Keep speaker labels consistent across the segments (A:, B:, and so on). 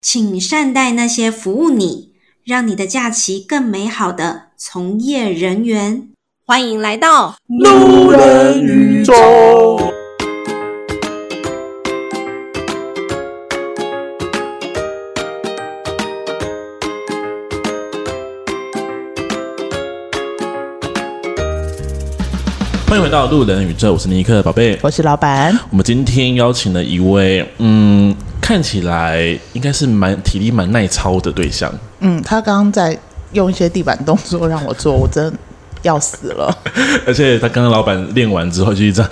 A: 请善待那些服务你，让你的假期更美好的从业人员。欢迎来到
B: 路人宇宙。
C: 欢迎回到路人宇宙，我是尼克宝贝。
B: 我是老板，
C: 我们今天邀请了一位，嗯，看起来应该是蛮体力蛮耐操的对象。
B: 嗯，他刚刚在用一些地板动作让我做，我真的要死了。
C: 而且他刚刚老板练完之后就是这样，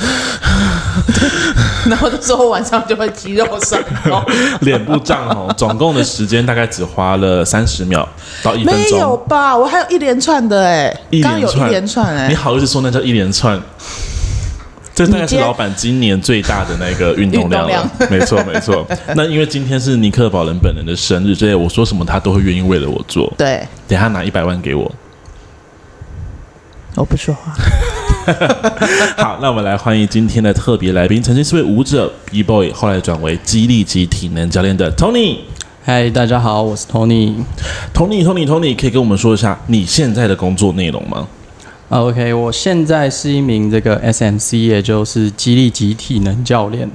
B: 然后就说我晚上就会肌肉酸 痛，
C: 脸部涨 红，总共的时间大概只花了三十秒到一分
B: 没有
C: 钟。
B: 吧？我还有一连串的哎、
C: 一
B: 刚刚
C: 连
B: 有一
C: 串，
B: 连串哎、
C: 你好意思说那叫一连串？这大概是
B: 你接
C: 老板今年最大的那个运动量了
B: 运，
C: 没错没错。那因为今天是尼克宝人本人的生日，所以我说什么他都会愿意为了我做。
B: 对，
C: 等一下拿一百万给我。
B: 我不说话。
C: 好，那我们来欢迎今天的特别来宾，曾经是位舞者 B boy，后来转为激励及体能教练的 Tony。
D: 嗨，大家好，我是 Tony。
C: Tony，Tony，Tony，可以跟我们说一下你现在的工作内容吗？
D: 啊 OK，我现在是一名这个 SMC，也就是激励及体能教练。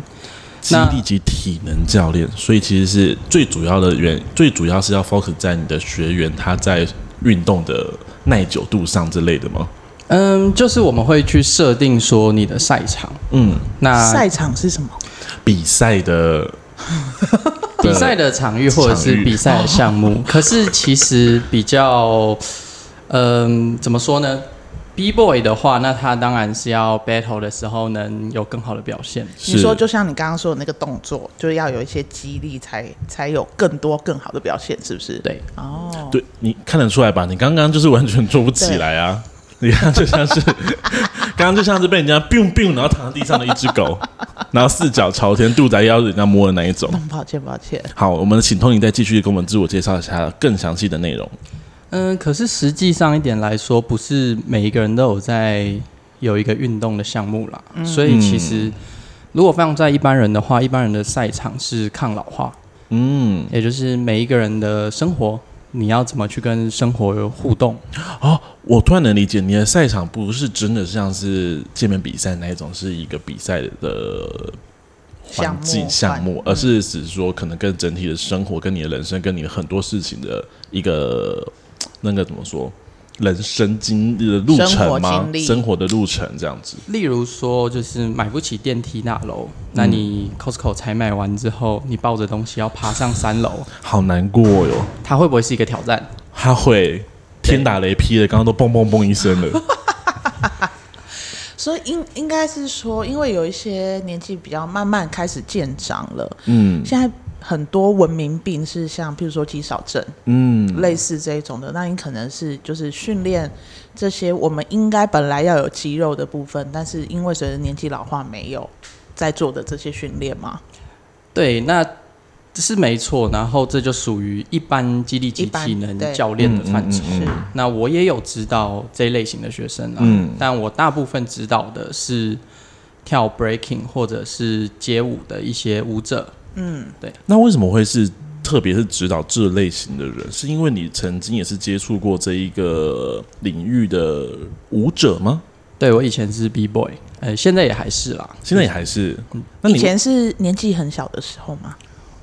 C: 激
D: 那
C: 励及体能教练，所以其实是最主要的原，最主要是要 focus 在你的学员他在运动的耐久度上之类的吗？
D: 嗯，就是我们会去设定说你的赛场。
C: 嗯，
D: 那
B: 啊赛场是什么？
C: 比赛的
D: 比赛的场域或者
C: 场
D: 是
C: 域
D: 比赛的项目，可是其实比较，嗯，怎么说呢？B boy 的话，那他当然是要 battle 的时候能有更好的表现。
C: 是
B: 你说就像你刚刚说的那个动作，就是要有一些激励才才有更多更好的表现，是不是？
D: 对，
B: 哦，
C: 对，你看得出来吧？你刚刚就是完全做不起来啊！你看，就像是 刚刚就像是被人家 biu biu，然后躺在地上的一只狗，然后四脚朝天，肚子还要人家摸的那一种。
B: 嗯抱歉抱歉，
C: 好，我们请 Tony 再继续给我们自我介绍一下更详细的内容。
D: 嗯，可是实际上一点来说，不是每一个人都有在有一个运动的项目啦，所以其实如果放在一般人的话，一般人的赛场是抗老化，
C: 嗯，
D: 也就是每一个人的生活，你要怎么去跟生活有互动？
C: 哦，我突然能理解你的赛场不是真的像是界面比赛那一种，是一个比赛的环境项
B: 项
C: 目
B: 目，嗯
C: 而是指说可能跟整体的生活、跟你的人生、跟你的很多事情的一个那个怎么说，人生经历的路程
B: 生活
C: 吗
B: 经？历
C: 生活的路程这样子。
D: 例如说，就是买不起电梯大楼，那你 Costco 才买完之后，你抱着东西要爬上三楼，
C: 好难过哟，
D: 它会不会是一个挑战？
C: 他会天打雷劈的，刚刚都嘣嘣嘣一 声了。
B: 所以应应该是说，因为有一些年纪比较慢慢开始见长了，
C: 嗯
B: 现在很多文明病是像，譬如说肌少症，
C: 嗯，
B: 类似这一种的，那你可能是就是训练这些我们应该本来要有肌肉的部分，但是因为随着年纪老化没有在做的这些训练嘛，
D: 对，那这是没错。然后这就属于一般激励及
B: 一般
D: 体能
B: 对
D: 教练的范畴。
C: 嗯嗯嗯嗯
D: 那我也有指导这一类型的学生啊，
C: 嗯
D: 但我大部分指导的是跳 breaking 或者是街舞的一些舞者。
C: 那为什么会是？特别是指导这类型的人，是因为你曾经也是接触过这一个领域的舞者吗？
D: 对我以前是 B boy，呃，现在也还是啦。
C: 现在也还是？那
B: 嗯以
C: 你
B: 前是年纪很小的时候嘛，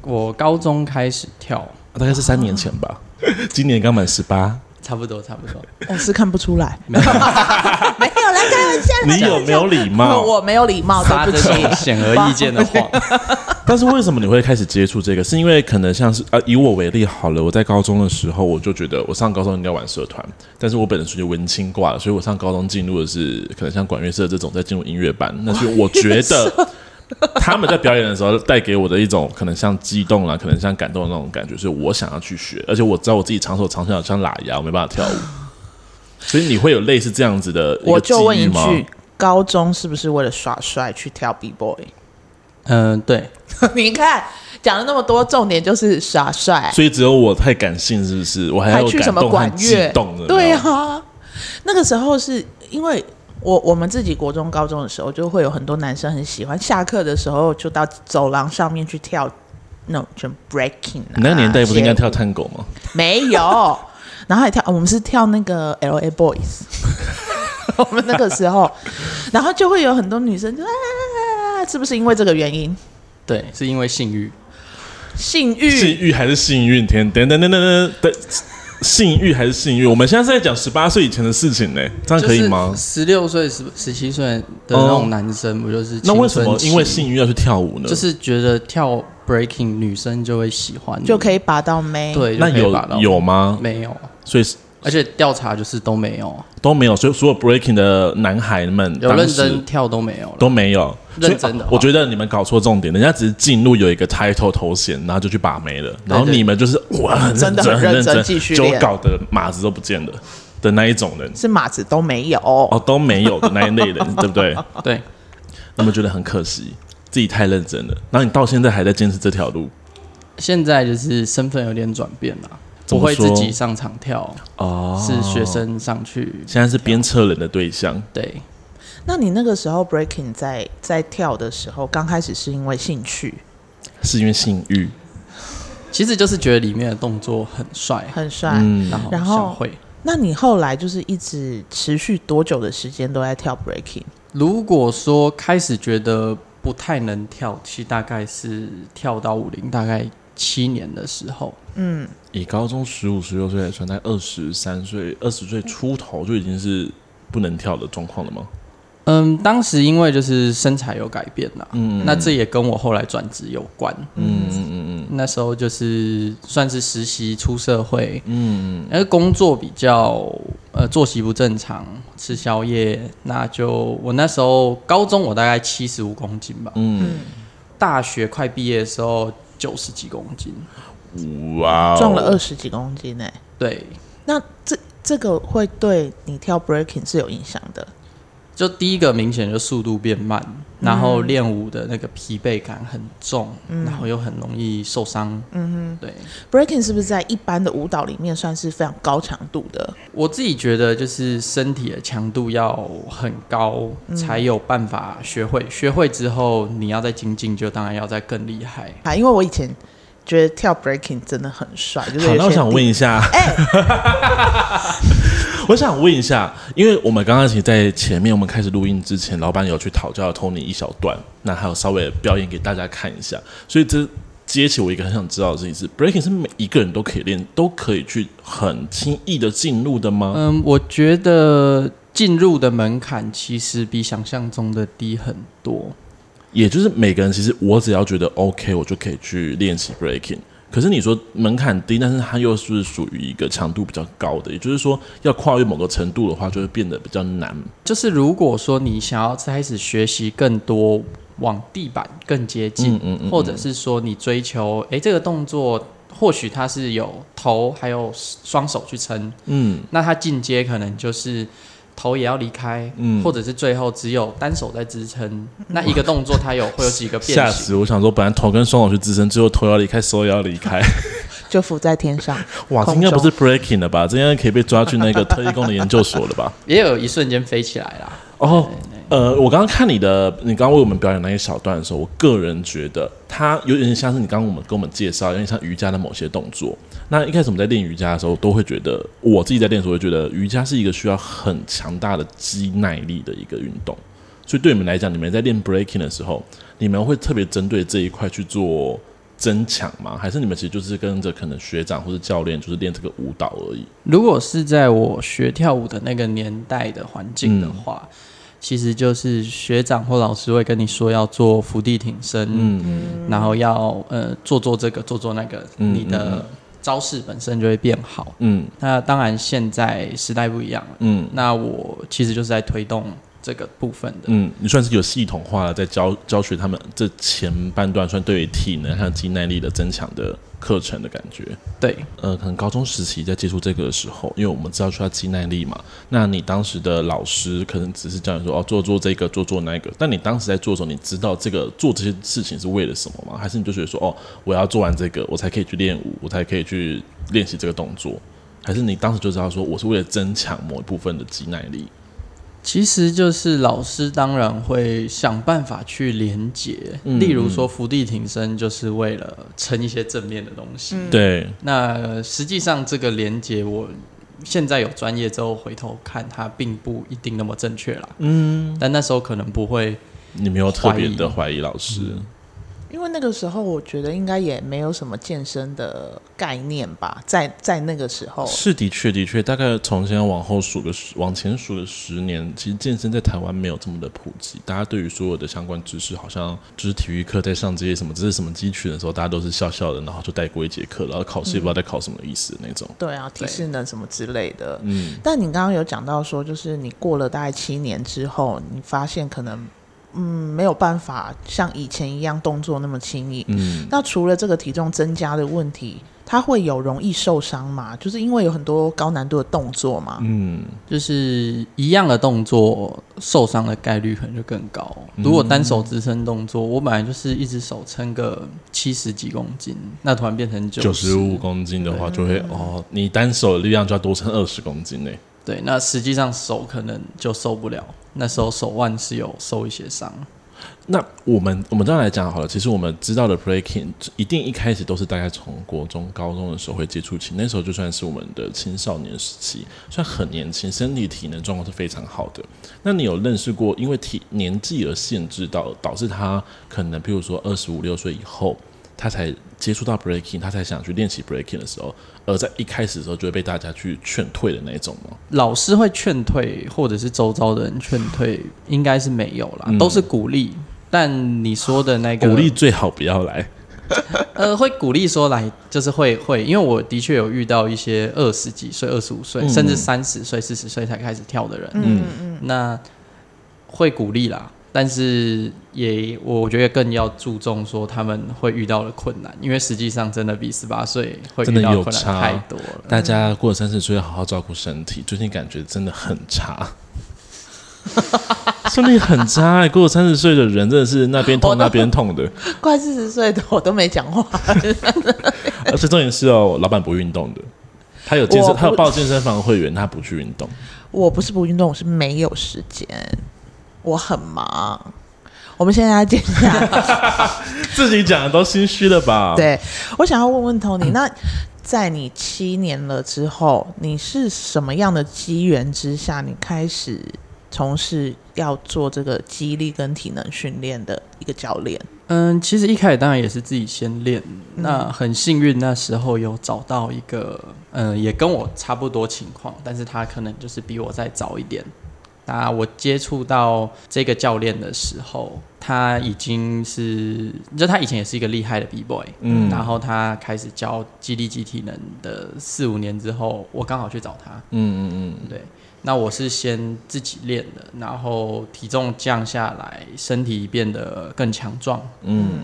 D: 我高中开始跳，
C: 大概是三年前吧，今年刚满十八。
D: 差不多差不多。
B: 我、是看不出 来，没有啦，开玩笑啦，
C: 你有没有礼 貌？
B: 我没有礼貌，
D: 他
B: 对
D: 这
B: 不
D: 种
B: 起，
D: 显而易见的 话，
C: 但是为什么你会开始接触这个？是因为可能像是呃，以我为例好了，我在高中的时候，我就觉得我上高中应该玩社团，但是我本身就文青挂了，所以我上高中进入的是可能像管乐社这种，再进入音乐班。那是我觉得他们在表演的时候带给我的一种可能像激动啊啦，可能像感动的那种感觉，所以我想要去学，而且我知道我自己长手长脚像喇牙，我没办法跳舞。所以你会有类似这样子的一
B: 我
C: 个际
B: 就问一
C: 遇吗？
B: 句，高中是不是为了耍帅去跳 B boy？
D: 嗯、对，
B: 你看讲了那么多，重点就是耍帅，
C: 所以只有我太感性，是不是？我还要
B: 还
C: 有
B: 去
C: 感
B: 什么
C: 动和
B: 管
C: 激
B: 乐
C: 动的，，
B: 对啊，那个时候是因为我我们自己国中、高中的时候，就会有很多男生很喜欢下课的时候就到走廊上面去跳那种全 breaking、啊。
C: 你那个年代不是应该跳探狗吗？
B: 没有，然后还跳，我们是跳那个 L A Boys，我们那个时候，然后就会有很多女生就啊，是不是因为这个原因？
D: 对，是因为性欲。
B: 性欲，
C: 性欲还是幸运天？等等等等等等，性欲还是性欲？我们现在是在讲十八岁以前的事情呢、这样可以吗？哦
D: 十六岁、十十七岁的那种男生，不就是
C: 那为什么
D: 青春期
C: 因为性欲要去跳舞呢？
D: 就是觉得跳 breaking 女生就会喜欢你，
B: 就可以拔到妹。，
D: 对，
C: 那
D: 就可以
C: 有
D: 把到
C: 有吗？
D: 没有？
C: 所以是
D: 而且调查就是都没有，
C: 都没有，所以所有 breaking 的男孩们
D: 有
C: 当
D: 认
C: 时
D: 真跳都没有了。
C: 都没有。所
D: 认
C: 以啊
D: 真的话
C: 我觉得你们搞错重点，人家只是进入有一个 title 头衔，然后就去把妹了，然后
D: 对对
C: 你们就是哇很认
B: 真的很
C: 很认
B: 认真
C: 真，
B: 继续
C: 就
B: 练
C: 搞得马子都不见了的那一种人，
B: 是马子都没有。
C: 哦都没有的那一类 人，对不对？
D: 对，
C: 那么觉得很可惜，自己太认真了，然后你到现在还在坚持这条路
D: 现在就是身份有点转变了，
C: 怎
D: 不
C: 么
D: 会自
C: 说
D: 己上场跳，
C: 哦
D: 是学生上去。
C: 现在是鞭策人的对象，
D: 对，
B: 那你那个时候 breaking 在在跳的时候，刚开始是因为兴趣，
C: 是因为性欲，
D: 其实就是觉得里面的动作很帅，
B: 很帅。
C: 嗯，
D: 然后
B: 然后
D: 想会。
B: 那你后来就是一直持续多久的时间都在跳 breaking？
D: 如果说开始觉得不太能跳，其实大概是跳到五零，大概七年的时候，
B: 嗯，
C: 以高中十五、十六岁来算，在二十三岁、二十岁出头就已经是不能跳的状况了吗？
D: 嗯，当时因为就是身材有改变啦，
C: 嗯
D: 那这也跟我后来转职有关。
C: 嗯嗯嗯嗯
D: 那时候就是算是实习出社会，
C: 嗯，
D: 而工作比较呃作息不正常，吃宵夜，那就我那时候高中我大概七十五公斤吧，
C: 嗯
D: 大学快毕业的时候九十几公斤，
C: 嗯，哇、哦，
B: 重了二十几公斤呢、欸
D: 对，
B: 那这这个会对你跳 breaking 是有影响的。
D: 就第一个明显就速度变慢，然后练舞的那个疲惫感很重，然后又很容易受伤。嗯嗯哼，对
B: breaking 是不是在一般的舞蹈里面算是非常高强度的？
D: 我自己觉得就是身体的强度要很高，才有办法学会。学会之后，你要再精进，就当然要再更厉害。
B: 啊，因为我以前觉得跳 breaking 真的很帅，就是
C: 好，那
B: 有
C: 我
B: 些
C: 想问一下， 我想问一下，因为我们刚刚其实在前面我们开始录音之前，老板有去讨教 Tony 一小段，那还有稍微表演给大家看一下，所以这接起我一个很想知道的事情是，breaking 是每一个人都可以练，都可以去很轻易的进入的吗？
D: 嗯，我觉得进入的门槛其实比想象中的低很多。
C: 也就是每个人其实我只要觉得 OK，我就可以去练习 breaking。可是你说门槛低，但是它又是属于一个强度比较高的，也就是说要跨越某个程度的话，就会变得比较难。
D: 就是如果说你想要开始学习更多往地板更接近，
C: 嗯嗯嗯嗯
D: 或者是说你追求诶这个动作，或许它是有头还有双手去撑，
C: 嗯，
D: 那它进阶可能就是头也要离开，
C: 嗯
D: 或者是最后只有单手在支撑，那一个动作它有会有几个
C: 吓
D: 变形。
C: 死！我想说，本来头跟双手去支撑，最后头要离 开，手也要离开。
B: 就浮在天上。
C: 哇，这
B: 空
C: 应该不是
B: 中
C: breaking 了吧？这应该可以被抓去那个特异功能研究所了吧？
D: 也有一瞬间飞起来啦。
C: 哦，呃，我刚刚看你的，你刚刚为我们表演那一小段的时候，我个人觉得它有点像是你刚刚我们跟我们介绍，有点像瑜伽的某些动作。那一开始我们在练瑜伽的时候，都会觉得我自己在练的时候，会觉得瑜伽是一个需要很强大的肌耐力的一个运动。所以对你们来讲，你们在练 breaking 的时候，你们会特别针对这一块去做增强吗？还是你们其实就是跟着可能学长或者教练，就是练这个舞蹈而已？
D: 如果是在我学跳舞的那个年代的环境的话，
C: 嗯
D: 其实就是学长或老师会跟你说要做伏地挺身，
C: 嗯
D: 然后要呃做做这个做做那个，
C: 嗯
D: 你
C: 嗯嗯
D: 的招式本身就会变好。
C: 嗯
D: 那当然现在时代不一样了，
C: 嗯
D: 那我其实就是在推动这个部分的。
C: 嗯，你算是有系统化的在教教学他们这前半段算对于体能还有肌耐力的增强的课程的感觉。
D: 对，
C: 呃，可能高中时期在接触这个的时候，因为我们知道需要肌耐力嘛，那你当时的老师可能只是叫你说哦，做做这个，做做那个。但你当时在做的时候，你知道这个做这些事情是为了什么吗？还是你就觉得说哦，我要做完这个，我才可以去练舞，我才可以去练习这个动作？还是你当时就知道说我是为了增强某一部分的肌耐力？
D: 其实就是老师当然会想办法去连接，
C: 嗯
D: 例如说伏地挺身就是为了撑一些正面的东西。
C: 对，
D: 那实际上这个连接，我现在有专业之后回头看，它并不一定那么正确啦。
C: 嗯，
D: 但那时候可能不会，
C: 你没有特别的怀疑嗯老师，
B: 因为那个时候我觉得应该也没有什么健身的概念吧，在在那个时候，
C: 是的确的确，大概从现在往后数个十，往前数个十年，其实健身在台湾没有这么的普及，大家对于所有的相关知识，好像就是体育课在上这些什么这是什么肌群的时候，大家都是笑笑的，然后就带过一节课，然后考试也不知道在考什么意思的那种。
B: 对啊，体适能什么之类的。
C: 嗯，
B: 但你刚刚有讲到说，就是你过了大概七年之后，你发现可能嗯没有办法像以前一样动作那么轻易。
C: 嗯，
B: 那除了这个体重增加的问题，它会有容易受伤吗？就是因为有很多高难度的动作嘛。
C: 嗯，
D: 就是一样的动作受伤的概率可能就更高。
C: 嗯
D: 如果单手支撑动作，我本来就是一只手撑个七十几公斤，那突然变成
C: 九
D: 九
C: 十五公斤的话，就会哦，你单手的力量就要多撑二十公斤呢。
D: 对，那实际上手可能就受不了，那时候手腕是有受一些伤。
C: 那我们我们这样来讲好了，其实我们知道的 breaking 一定一开始都是大概从国中、高中的时候会接触起，那时候就算是我们的青少年时期，算很年轻，身体体能状况是非常好的。那你有认识过因为体年纪而限制到导致他可能，譬如说二十五六岁以后，他才接触到 breaking，他才想去练习 breaking 的时候，而在一开始的时候就会被大家去劝退的那一种吗？
D: 老师会劝退，或者是周遭的人劝退，应该是没有啦，
C: 嗯
D: 都是鼓励。但你说的那个
C: 鼓励，最好不要来。
D: 呃，会鼓励说来，就是会会，因为我的确有遇到一些二十几岁、二十五岁，
C: 嗯
D: 甚至三十岁、四十岁才开始跳的人，
C: 嗯
D: 那会鼓励啦。但是也，我觉得更要注重说他们会遇到的困难，因为实际上真的比十八岁会
C: 真
D: 遇
C: 的
D: 到
C: 有
D: 困难
C: 差
D: 太多了。
C: 大家过了三十岁，好好照顾身体。最近感觉真的很差，身体很差、欸。过了三十岁的人真的是那边痛那边痛的，
B: 快四十岁的我都没讲话，
C: 而且重点是哦，老板不运动的，他有健
B: 我
C: 身，
B: 不
C: 他有报健身房会员，他不去运动。
B: 我不是不运动，我是没有时间，我很忙。我们现在来接下来
C: 自己讲的都心虚了吧？，
B: 对，我想要问问 Tony，那在你七年了之后，你是什么样的机缘之下，你开始从事要做这个肌力跟体能训练的一个教练？
D: 嗯，其实一开始当然也是自己先练，那很幸运那时候有找到一个，嗯，也跟我差不多情况，但是他可能就是比我再早一点。那我接触到这个教练的时候，他已经是，就他以前也是一个厉害的 B boy，
C: 嗯
D: 然后他开始教肌力及体能的四五年之后，我刚好去找他，
C: 嗯嗯
D: 对，那我是先自己练的，然后体重降下来，身体变得更强壮。
C: 嗯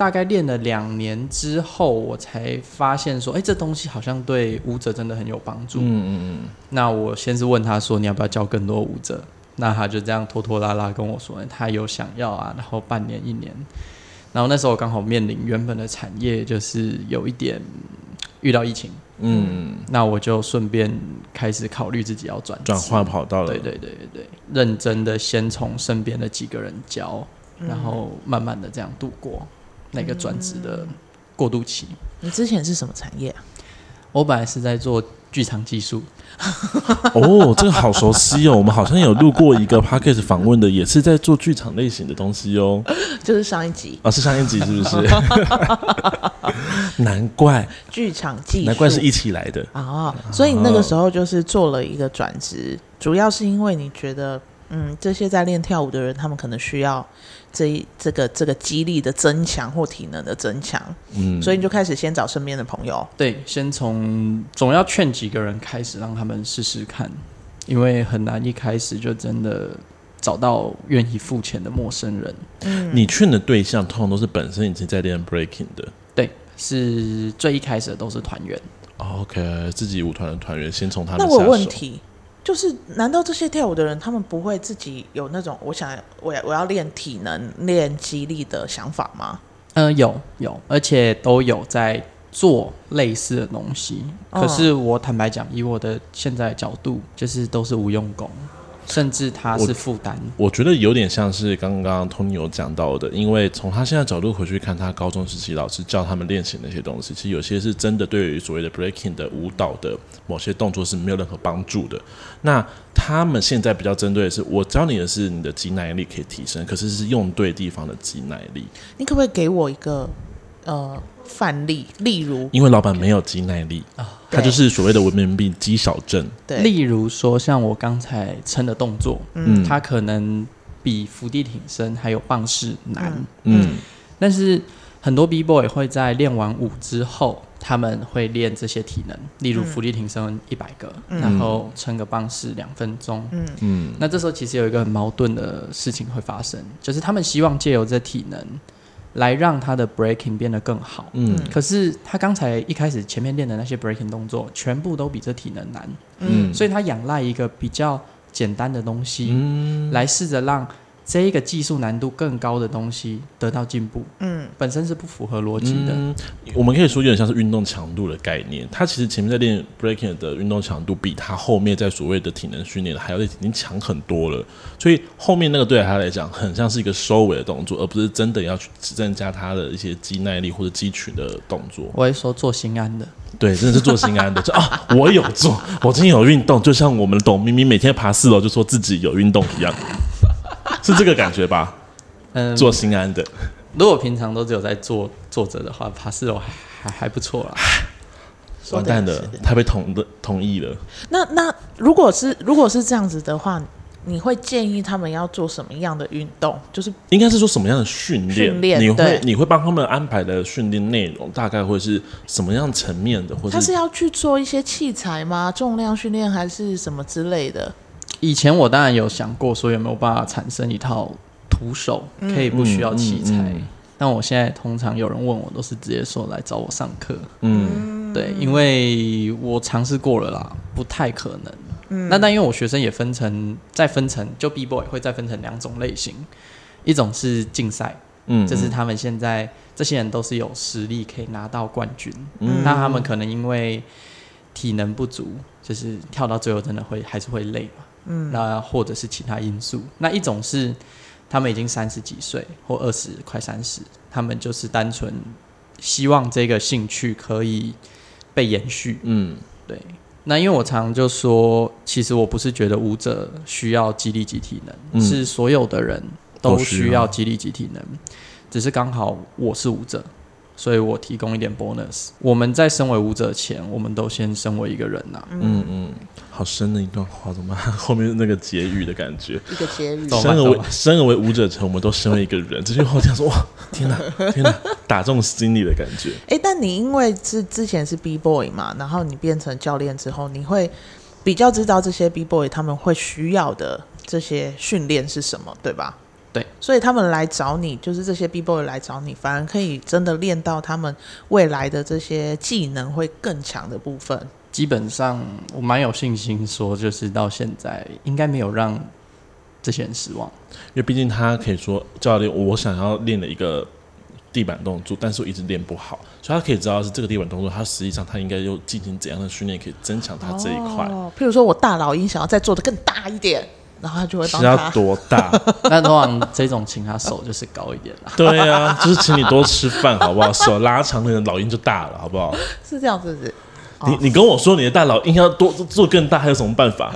D: 大概练了两年之后，我才发现说，哎、这东西好像对舞者真的很有帮
C: 嗯
D: 助。
C: 嗯嗯
D: 那我先是问他说，你要不要教更多舞者？那他就这样拖拖拉拉跟我说，诶他有想要啊，然后半年一年。然后那时候刚好面临原本的产业就是有一点嗯遇到疫情，
C: 嗯，
D: 那我就顺便开始考虑自己要转职
C: 转换跑道了。
D: 对对对对对，认真的先从身边的几个人教，然后慢慢的这样度过那个转职的过渡期。
B: 你之前是什么产业啊？
D: 我本来是在做剧场技术，
C: 哦，这个好熟悉哦，我们好像有录过一个 p a c k a g e 访问的，也是在做剧场类型的东西哦。
B: 就是上一集
C: 啊，是上一集是不是？难怪，
B: 剧场技术，
C: 难怪是一起来的。
B: 啊、所以你那个时候就是做了一个转职，主要是因为你觉得，嗯，这些在练跳舞的人，他们可能需要这一这个这个肌力的增强或体能的增强，
C: 嗯，
B: 所以你就开始先找身边的朋友。
D: 对，先从总要劝几个人开始，让他们试试看，因为很难一开始就真的找到愿意付钱的陌生人。
C: 你劝的对象通常都是本身已经在练 breaking 的。
D: 对，是最一开始的都是团员。
C: 哦 OK，自己舞团的团员先从他们
B: 那
C: 下手。
B: 我有问题，就是难道这些跳舞的人，他们不会自己有那种我想我要我要练体能、练肌力的想法吗？
D: 呃，有有，而且都有在做类似的东西。
B: 嗯
C: 哦
D: 可是我坦白讲，以我的现在的角度，就是都是无用功，甚至它是负担。
C: 我觉得有点像是刚刚托尼有讲到的，因为从他现在角度回去看，他高中时期老师教他们练习那些东西，其实有些是真的对于所谓的 breaking 的舞蹈的某些动作是没有任何帮助的。那他们现在比较针对的是，我教你的是你的肌耐力可以提升，可是是用对地方的肌耐力，
B: 你可不可以给我一个呃范例？例如，
C: 因为老板没有肌耐力，他就是所谓的文明病肌少症。
B: 对，
D: 例如说，像我刚才撑的动作，
C: 嗯
D: 它可能比伏地挺身还有棒式难，
C: 嗯
D: 但是很多 B boy 会在练完舞之后，他们会练这些体能，例
C: 嗯
D: 如伏地挺身一百个，然后撑个棒式两分钟。
C: 嗯，
D: 那这时候其实有一个很矛盾的事情会发生，就是他们希望借由这体能来让他的 breaking 变得更好。
C: 嗯
D: 可是他刚才一开始前面练的那些 breaking 动作，全部都比这体能难，
C: 嗯，
D: 所以他仰赖一个比较简单的东西，
C: 嗯
D: 来试着让这一个技术难度更高的东西得到进步，
B: 嗯
D: 本身是不符合逻辑的。
C: 嗯，我们可以说有点像是运动强度的概念。他其实前面在练 breaking 的运动强度，比他后面在所谓的体能训练的还要已经强很多了。所以后面那个对他来讲，很像是一个收尾的动作，而不是真的要去增加他的一些肌耐力或者肌群的动作。
D: 我会说做心安的，
C: 对，真的是做心安的，就啊，我有做，我今天有运动，就像我们董明明每天爬四楼就说自己有运动一样，是这个感觉吧？
D: 嗯，
C: 做心安的，
D: 如果平常都只有在坐坐着的话，爬四楼还还还不错啦。
C: 完蛋了，他被同的同意了。
B: 那那如果是如果是这样子的话，你会建议他们要做什么样的运动？就是
C: 应该是说什么样的训练？
B: 训练
C: 你会
B: 对
C: 你会帮他们安排的训练内容大概会是什么样层面的，或
B: 他是
C: 是
B: 要去做一些器材吗？重量训练还是什么之类的？
D: 以前我当然有想过说有没有办法产生一套徒手，可以不需要器材。
C: 嗯嗯嗯嗯
D: 但我现在通常有人问我，都是直接说来找我上课。
C: 嗯
D: 对，因为我尝试过了啦，不太可能。
C: 嗯
D: 那但因为我学生也分成再分成，就 B boy 会再分成两种类型，一种是竞赛，
C: 嗯，
D: 这是他们现在这些人都是有实力可以拿到冠军，
C: 嗯
D: 那他们可能因为体能不足，就是跳到最后真的会还是会累嘛，嗯，那或者是其他因素。那一种是他们已经三十几岁或二十快三十，他们就是单纯希望这个兴趣可以被延续，
C: 嗯
D: 对，那因为我常就说，其实我不是觉得舞者需要激励及体能，
C: 嗯
D: 是所有的人都
C: 都需
D: 需
C: 要
D: 要激励及体能，只是刚好我是舞者，所以我提供一点 bonus。我们在身为舞者前，我们都先身为一个人呐、啊
C: 嗯嗯，好深的一段话，怎么办后面那个结语的感觉？
B: 一个结语。
D: 懂
C: 生而
D: 懂
C: 为生而为舞者成，我们都身为一个人。这句话我想说，哇，天哪，天 哪，打中心里的感觉。
B: 哎、但你因为是之前是 B boy 嘛，然后你变成教练之后，你会比较知道这些 B boy 他们会需要的这些训练是什么，对吧？
D: 对，
B: 所以他们来找你，就是这些 B boy 来找你，反而可以真的练到他们未来的这些技能会更强的部分。
D: 基本上我蛮有信心说，就是到现在应该没有让这些人失望。
C: 因为毕竟他可以说教练，我想要练的一个地板动作，但是我一直练不好，所以他可以知道是这个地板动作，他实际上他应该又进行怎样的训练，可以增强他这一块。
B: 哦，譬如说我大老鹰想要再做的更大一点，然后他就会帮
C: 是啊要
B: 他。
C: 多大？
D: 那通常这种请他手就是高一点啦。
C: 对啊，就是请你多吃饭好不好？手拉长了，老鹰就大了好不 好？
B: 是这样子的。
C: 你你跟我说你的大老鹰要多做更大，还有什么办法？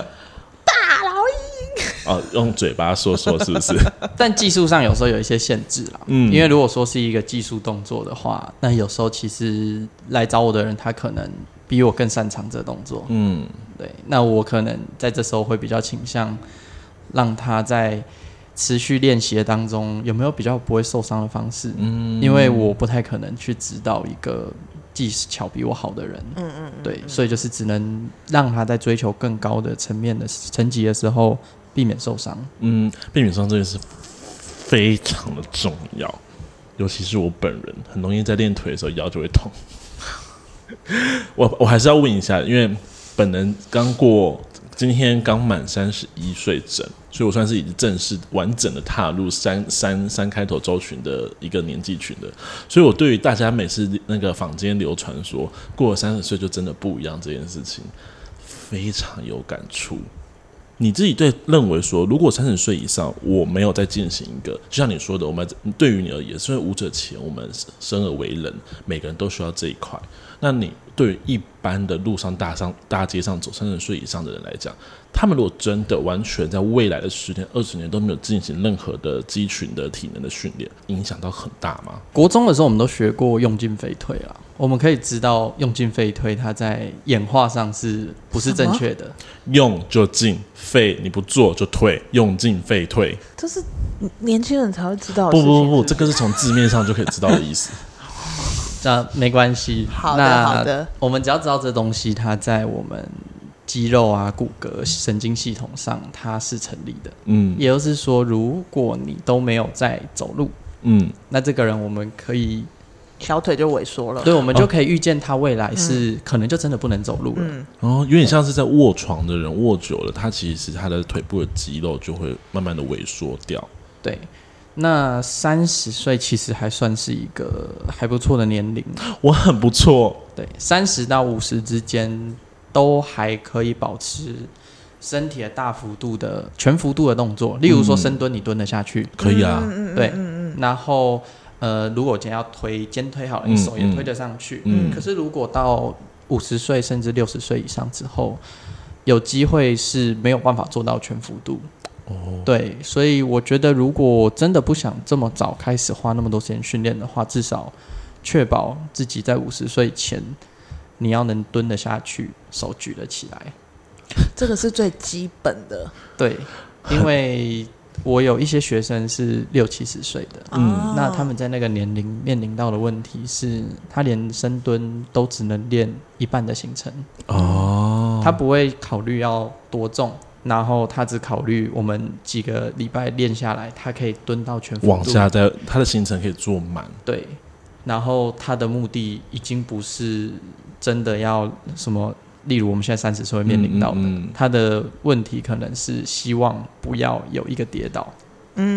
C: 大老鹰哦，用嘴巴说说是不是？
D: 但技术上有时候有一些限制啦，
C: 嗯
D: 因为如果说是一个技术动作的话，那有时候其实来找我的人他可能比我更擅长这动作，
C: 嗯
D: 对，那我可能在这时候会比较倾向让他在持续练习的当中有没有比较不会受伤的方式，
C: 嗯
D: 因为我不太可能去指导一个技巧比我好的人，嗯嗯对，所以就是只能让他在追求更高的层面的层级的时候避免受伤。
C: 嗯，避免伤这个是非常的重要，尤其是我本人很容易在练腿的时候腰就会痛。 我我还是要问一下，因为本人刚过今天刚满三十一岁整，所以我算是已经正式完整的踏入三三三开头周群的一个年纪群的，所以我对于大家每次那个坊间流传说过了三十岁就真的不一样这件事情，非常有感触。你自己对认为说，如果三十岁以上我没有在进行一个，就像你说的，我们嗯对于你而言，身为舞者前，我们生而为人，每个人都需要这一块。那你对于一般的路上、大上、大街上走三十岁以上的人来讲，他们如果真的完全在未来的十年、二十年都没有进行任何的肌群的体能的训练，影响到很大吗？
D: 国中的时候，我们都学过用进废退啦，我们可以知道用进废退它在演化上是不是正确的？
C: 用就进，废你不做就退，用进废退。
B: 这是年轻人才会知道的
C: 不
B: 事情。
C: 不不不，
B: 是
C: 这个是从字面上就可以知道的意思。
D: 那、没关系，
B: 好的
D: 那
B: 好的，
D: 我们只要知道这东西它在我们肌肉啊、骨骼、神经系统上它是成立的，
C: 嗯
D: 也就是说，如果你都没有在走路，
C: 嗯，
D: 那这个人我们可以，
B: 小腿就萎缩了。
D: 对，我们就可以预见他未来是、可能就真的不能走路了。
B: 哦嗯，
C: 哦，有点像是在卧床的人卧久了，他其实他的腿部的肌肉就会慢慢的萎缩掉。
D: 对，那三十岁其实还算是一个还不错的年龄，
C: 我很不错，
D: 对，三十到五十之间都还可以保持身体的大幅度的全幅度的动作，例如说深蹲，你蹲得下去，
C: 可以啊，
D: 对，然后呃，如果我今天要推肩推好了，你
C: 嗯
D: 手也
C: 嗯
D: 推得上去，
C: 嗯
D: 可是如果到五十岁甚至六十岁以上之后，有机会是没有办法做到全幅度。
C: 哦，
D: 对，所以我觉得，如果真的不想这么早开始花那么多时间训练的话，至少确保自己在五十岁前，你要能蹲得下去，手举得起来。
B: 这个是最基本的。
D: 对，因为我有一些学生是六七十岁的，
C: 嗯
D: 那他们在那个年龄面临到的问题是，他连深蹲都只能练一半的行程，
C: 哦，
D: 他不会考虑要多重。然后他只考虑我们几个礼拜练下来，他可以蹲到全幅
C: 往
D: 度
C: 下在他的行程可以做满，
D: 对，然后他的目的已经不是真的要什么，例如我们现在三十岁会面临到的，
C: 嗯嗯嗯
D: 他的问题可能是希望不要有一个跌倒，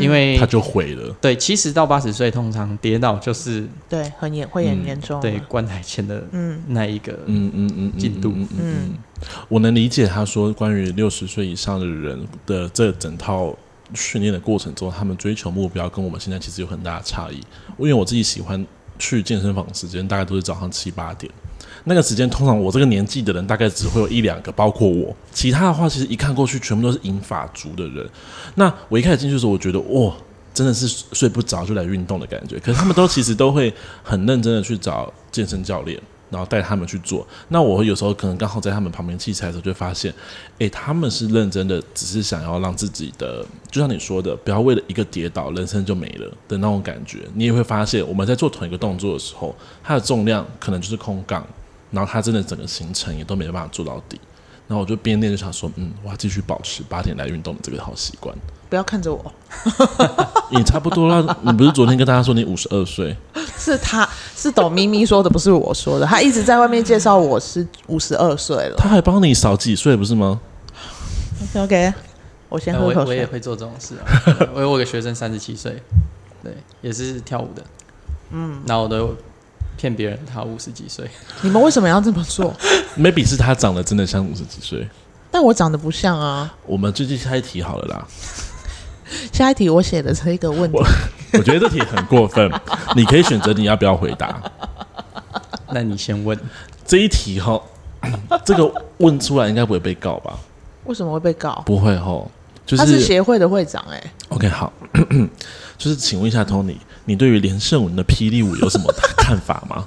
D: 因为
C: 他就毁了。
D: 对七十到八十岁通常跌倒就是
B: 对，很严会很严重。
D: 对，棺材前的
B: 哦嗯，
D: 那一个，
C: 嗯嗯嗯嗯
D: 进度
C: 嗯嗯嗯，我能理解他说关于六十岁以上的人的这整套训练的过程中，他们追求目标跟我们现在其实有很大的差异。因为我自己喜欢去健身房的时间大概都是早上七八点，那个时间通常我这个年纪的人大概只会有一两个，包括我，其他的话其实一看过去全部都是银发族的人。那我一开始进去的时候，我觉得哇。真的是睡不着就来运动的感觉，可是他们都其实都会很认真的去找健身教练，然后带他们去做。那我有时候可能刚好在他们旁边器材的时候，就会发现，诶，他们是认真的，只是想要让自己的，就像你说的，不要为了一个跌倒，人生就没了的那种感觉。你也会发现，我们在做同一个动作的时候，它的重量可能就是空杠，然后它真的整个行程也都没办法做到底。然后我就边练就想说，嗯，我要继续保持八点来运动的这个好习惯。
B: 不要看着我，
C: 你差不多了，你不是昨天跟大家说你五十二岁？
B: 是他 是董咪咪说的，不是我说的。他一直在外面介绍我是五十二岁了。
C: 他还帮你少几岁不是吗？
B: OK，我先
C: 哎
D: 呃
B: 喝
D: 我
B: 口
D: 我也
B: 水。
D: 会做这种 事、啊，对我有个学生三十七岁，对，也是跳舞的，嗯，然后我都骗别人他五十几 岁。
B: 你们为什么要这么做？
C: maybe 是他长得真的像五十几岁。
B: 但我长得不像啊。
C: 我们最近下一题好了啦，
B: 下一题我写的是一个问题
C: 我，我觉得这题很过分， 你可以选择你要不要回答
D: 那你先问，
C: 这一题哈。 这个问出来应该不会被告吧？
B: 为什么会被告？
C: 不会吼，就
B: 他是协会的会长哎、
C: OK 好， 就是请问一下 Tony，你对于连胜文的霹雳舞有什么看法吗？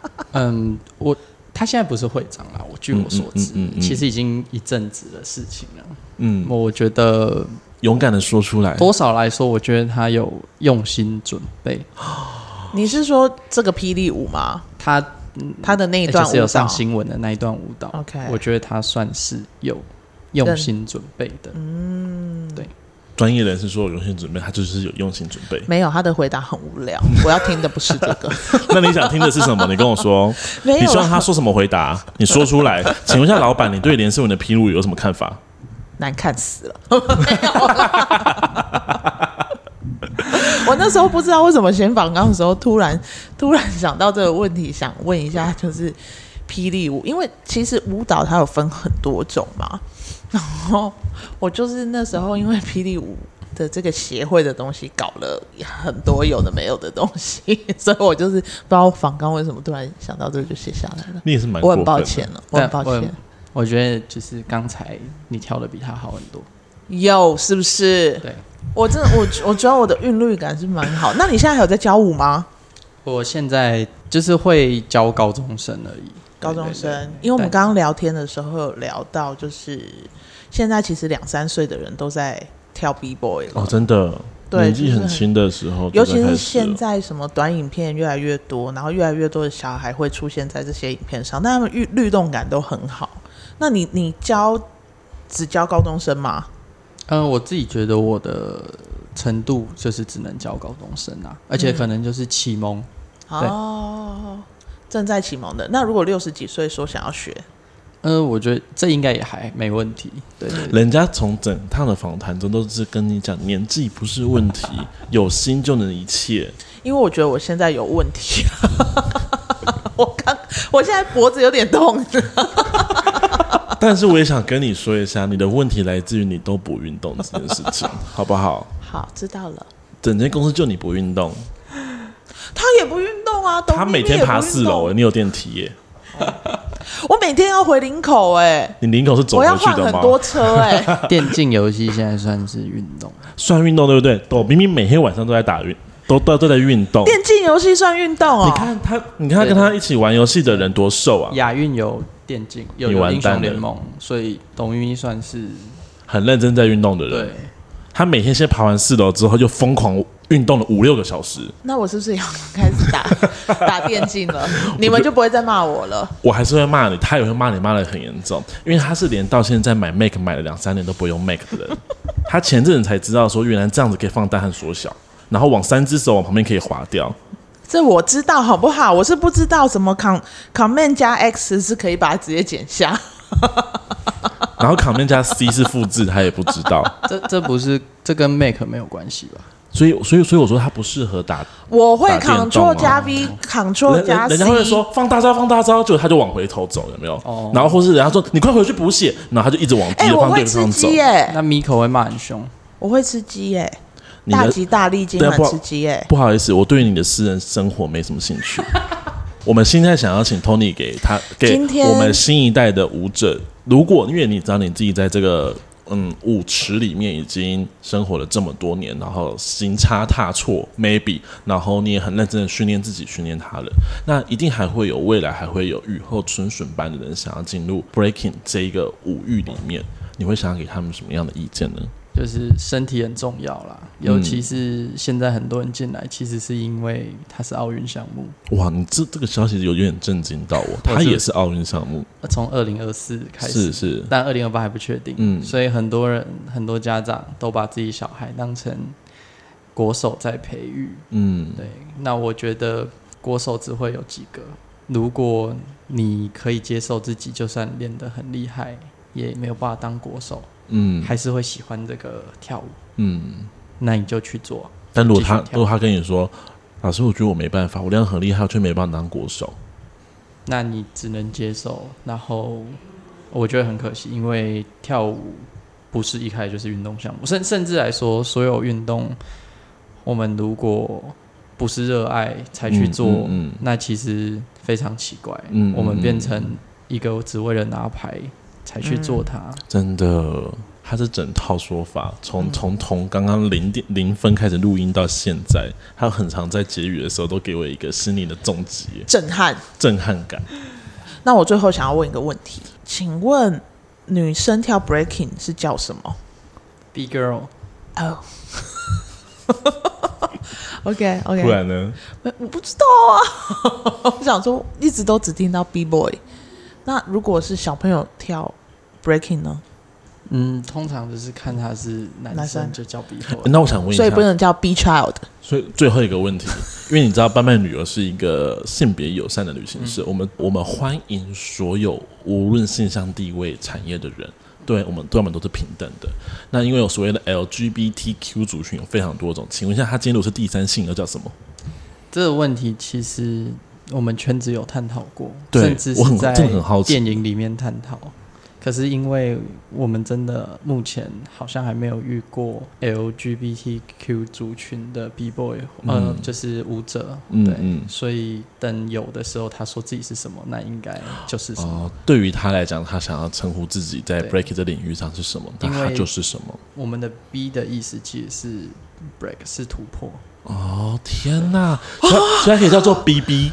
D: 嗯，我他现在不是会长啦，我据我所
C: 嗯
D: 知，
C: 嗯嗯嗯嗯
D: 其实已经一阵子的事情了。
C: 嗯，
D: 我觉得
C: 勇敢的说出来。
D: 多少来说，我觉得他有用心准备，
B: 你是说这个霹雳舞吗？
D: 他
B: 他的那一
D: 而
B: 段
D: 嗯欸哎且是有
B: 舞蹈
D: 上，新闻的那一段舞蹈
B: OK。
D: 我觉得他算是有用心准备的。
C: 专业人士说有用心准备，他就是有用心准备
B: 没有他的回答很无聊，我要听的不是这 个，
C: 那你想听的是什么？你跟我说。
B: 没
C: 你
B: 有啊
C: 希望
B: 啦
C: 他说什么 回答？你说出来。请问一下老板，你对连胜文的霹雳舞有什么看法？
B: 难看死了， 没有啦。我那时候不知道为什么选访纲的时候，突然突然想到这个问题，想问一下，就是霹雳舞，因为其实舞蹈它有分很多种嘛。后我就是那时候因为霹雳舞的这个协会的东西搞了很多有的没有的东西， 所以我就是不知道仿刚为什么突然想到这个就写下来了。
C: 你也是蛮
B: 我
C: 过
B: 很
C: 分
B: 抱
C: 的
B: 歉了，我很抱
D: 但
B: 歉。
D: 我觉得就是刚才你跳的比他好很多，
B: 有是不是？
D: 对
B: 我真的我我觉得我的韵律感是蛮好。那你现在还有在教舞吗？
D: 我现在就是会教高中生而已，
B: 高中生
D: 对对对，
B: 因为我们
D: 对
B: 刚刚聊天的时候有聊到，就是现在其实两三岁的人都在跳 B boy 了，
C: 哦，真的，
B: 对
C: 年纪
B: 就是
C: 很轻的时候，
B: 尤其
C: 就开
B: 是
C: 始
B: 现
C: 了
B: 在什么短影片越来越多，然后越来越多的小孩会出现在这些影片上，但他们律律动感都很好。那你你教只教高中生吗？
D: 嗯、我自己觉得我的程度就是只能教高中生啊，而且可能就是启蒙，
B: 哦，正在启蒙的。那如果六十几岁说想要学，
D: 嗯、我觉得这应该也还没问题，对对 对，
C: 人家从整趟的访谈中都是跟你讲，年纪不是问题，有心就能一切。
B: 因为我觉得我现在有问题， 我刚我现在脖子有点痛。
C: 但是我也想跟你说一下，你的问题来自于你都不运动这件事情， 好不好？
B: 好，知道了。
C: 整间公司就你不运动，
B: 他也不运动啊，董
C: 他
B: 秘
C: 每
B: 密
C: 天
B: 也
C: 爬
B: 不运
C: 四
B: 动
C: 楼，你有电梯耶？
B: 我每天要回林口哎、
C: 你领口是走
B: 我要
C: 回去
B: 换
C: 的
B: 很
C: 吗？
B: 多车哎、
D: 电竞游戏现在算是运动，
C: 算运动对不对？我明明每天晚上都在打运，都都都在运动。
B: 电竞游戏算运动哦、
C: 你看他，你看他
D: 对
C: 跟他一起玩游戏的人多瘦啊，
D: 亚运有电竞，有
C: 你
D: 有
C: 完
D: 英
C: 蛋
D: 雄联
C: 了
D: 盟，所以董云一算是
C: 很认真在运动的人。
D: 对
C: 他每天先爬完四楼之后，就疯狂运动了五六个小时。
B: 那我是不是也要开始打 打电竞 了？你们就不会再骂我了？
C: 我还是会骂你，他也会骂你，骂的很严重，因为他是连到现在买 Mac 买了两三年都不用 Mac 的人，他前阵子才知道说原来这样子可以放大和缩小，然后往三只手往旁边可以划掉，
B: 这我知道好不好？我是不知道怎么 con command 加 x 是可以把它直接剪下。
C: 然后 Ctrl 加 C 是复制，他也不知道，
D: 这这不是这跟 Make 没有关系吧？
C: 所以所以所以我说他不适合打，
B: 我会
C: 打电动
B: Ctrl
C: 啊
B: 加 V，Ctrl
C: 人
B: 加 C，
C: 人人家会说放大招放大招，就他就往回头走，有没有？
D: 哦
C: 然后或是人家说你快回去补血，然后他就一直往自
B: 哎、
C: 己的
B: 我
C: 方
B: 会
C: 对
B: 吃
C: 方走，
B: 鸡哎耶、
D: 那 Miko 会骂很凶，
B: 我会吃鸡耶、
C: 你
B: 大
C: 的
B: 吉大利，今
C: 对啊
B: 晚
C: 不好
B: 吃鸡耶、
C: 不好意思，我对你的私人生活没什么兴趣。我们现在想要请 Tony 给他给
B: 今天
C: 我们新一代的舞者，如果因为你知道你自己在这个嗯舞池里面已经生活了这么多年，然后行差踏错，maybe，然后你也很认真的训练自己，训练他人，那一定还会有未来还会有雨后春笋般的人想要进入 breaking 这一个舞域里面，你会想要给他们什么样的意见呢？
D: 就是身体很重要啦，尤
C: 嗯
D: 其是现在很多人进来，其实是因为它是奥运项目，
C: 哇，你这这个消息有点震惊到我，
D: 我
C: 他
D: 是
C: 也是奥运项目，
D: 呃从二零二四开
C: 是
D: 始，
C: 是。
D: 但二零二八还不确定，
C: 嗯
D: 所以很多人很多家长都把自己小孩当成国手在培育，
C: 嗯，
D: 对，那我觉得国手只会有几个，如果你可以接受自己，就算练得很厉害，也没有办法当国手，
C: 嗯
D: 还是会喜欢这个跳舞，
C: 嗯。
D: 那你就去做。
C: 但如果他
D: 继续跳
C: 如果他跟你说，老师，我觉得我没办法，我量很厉害，却没办法当国手。
D: 那你只能接受。然后我觉得很可惜，因为跳舞不是一开始就是运动项目，甚甚至来说，所有运动，我们如果不是热爱才去做，
C: 嗯嗯嗯
D: 那其实非常奇怪。
C: 嗯嗯
D: 我们变成一个只为了拿牌才去做它。
C: 真的，他这整套说法，
D: 嗯
C: 从从从刚刚零点零分开始录音到现在，他很常在结语的时候都给我一个心灵的重击、
B: 震撼。
C: 震撼感。
B: 那我最后想要问一个问题，请问女生跳 breaking 是叫什么？
D: B girl，
B: 哦、o k
C: 不
B: OK，
C: 然呢？
B: 没呃我不知道啊， 我想说一直都只听到 B boy。那如果是小朋友跳 breaking 呢？
D: 嗯，通常就是看他是男
B: 男
D: 生
B: 生
D: 就叫 B girl，
C: 那我想问一
B: 所以
C: 下
B: 不，能叫 B child。
C: 所以最后一个问 题，因为你知道班曼旅游是一个性别友善的旅行
D: 嗯
C: 社，我们我们欢迎所有无论性向地位、产业的人，对我们对我们都是平等的。那因为有所谓的 LGBTQ 族群有非常多种，请问一下，他今天如果是第三性，又叫什么？
D: 这个问题其实我们圈子有探讨过，
C: 对
D: 甚至
C: 我
D: 是
C: 很
D: 在
C: 真的很好奇
D: 电影里面探讨。可是因为我们真的目前好像还没有遇过 LGBTQ 族群的 B boy，、呃，
C: 嗯
D: 就是舞者，
C: 嗯
D: 对，
C: 嗯
D: 所以等有的时候他说自己是什么，那应该就是什么。
C: 哦，对于他来讲，他想要称呼自己在
D: 对
C: break 这领域上是什么，那
D: 因为
C: 他就是什么。
D: 我们的 B 的意思其实是 break，是突破，
C: 哦，天哪！所以所以它可以叫做 BB，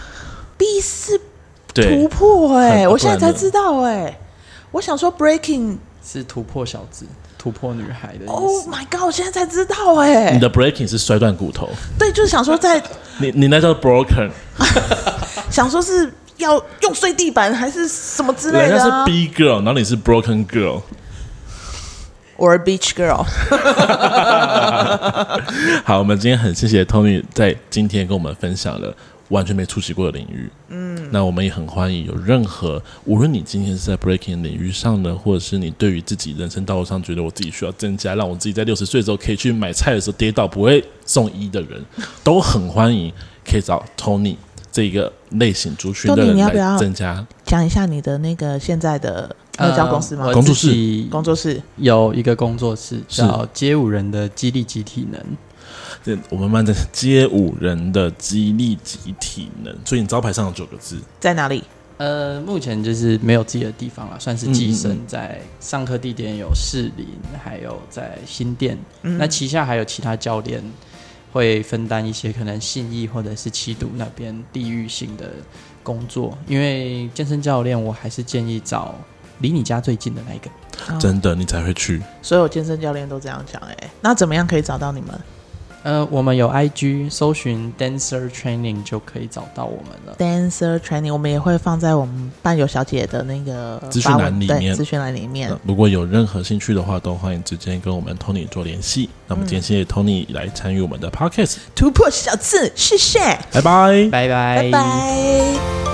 B: B 是突
C: 对，
B: 破哎、
C: 很
B: 我现在才
C: 突然的
B: 知道哎、我想说 breaking。
D: 是突破小子，突破女孩的意思。
B: Oh my god！我现在才知道哎、
C: 你的 breaking 是摔断骨头，
B: 对，就是想说在
C: 你你那叫 broken，
B: 想说是要用碎地板还是什么之类
C: 人
B: 的、
C: 家是
B: 啊。
C: B girl，然后你是 broken girl。
B: 我是 beach girl。
C: 好，我们今天很谢谢 Tony 在今天跟我们分享了完全没触及过的领域。嗯，那我们也很欢迎有任何，无论你今天是在 breaking 领域上呢，或者是你对于自己人生道路上觉得我自己需要增加，让我自己在六十岁的时候可以去买菜的时候跌倒不会送医的人，都很欢迎可以找 Tony 这一个类型族群的
B: Tony，
C: 人
B: 你要不
C: 来
B: 要
C: 增加。
B: 讲一下你的那个现在的
D: 呃
B: 外交公司吗？
D: 我
C: 工作室
D: 自己
B: 工作室
D: 有一个工作室
C: 是
D: 叫街舞人的激励及体能，
C: 这我们慢的街舞人的激励及体能，所以你招牌上有九个字。
B: 在哪里？
D: 呃，目前就是没有自己的地方了，算是寄
C: 嗯嗯
D: 生在上课地点有士林，还有在新店，
B: 嗯
D: 嗯那旗下还有其他教练会分担一些可能信义或者是七堵那边地域性的工作，因为健身教练我还是建议找离你家最近的那一个。
B: 哦
C: 真的，你才会去。
B: 所有健身教练都这样讲哎、那怎么样可以找到你们
D: 呃，我们有 IG 搜寻 Dancer Training 就可以找到我们了。
B: dancer training？我们也会放在我们伴游小姐的那个
C: 资讯
B: 发文
C: 栏里
B: 对
C: 面嗯
B: 资讯栏里面
C: 那。如果有任何兴趣的话，都欢迎直接跟我们 Tony 做联系。那么今天谢谢 Tony 来参与我们的 Podcast，
B: 突破小字，谢谢，
C: 拜拜。
D: 拜拜
B: 拜拜